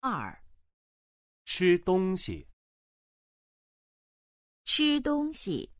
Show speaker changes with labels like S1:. S1: 二，
S2: 吃东西。
S1: 吃东西。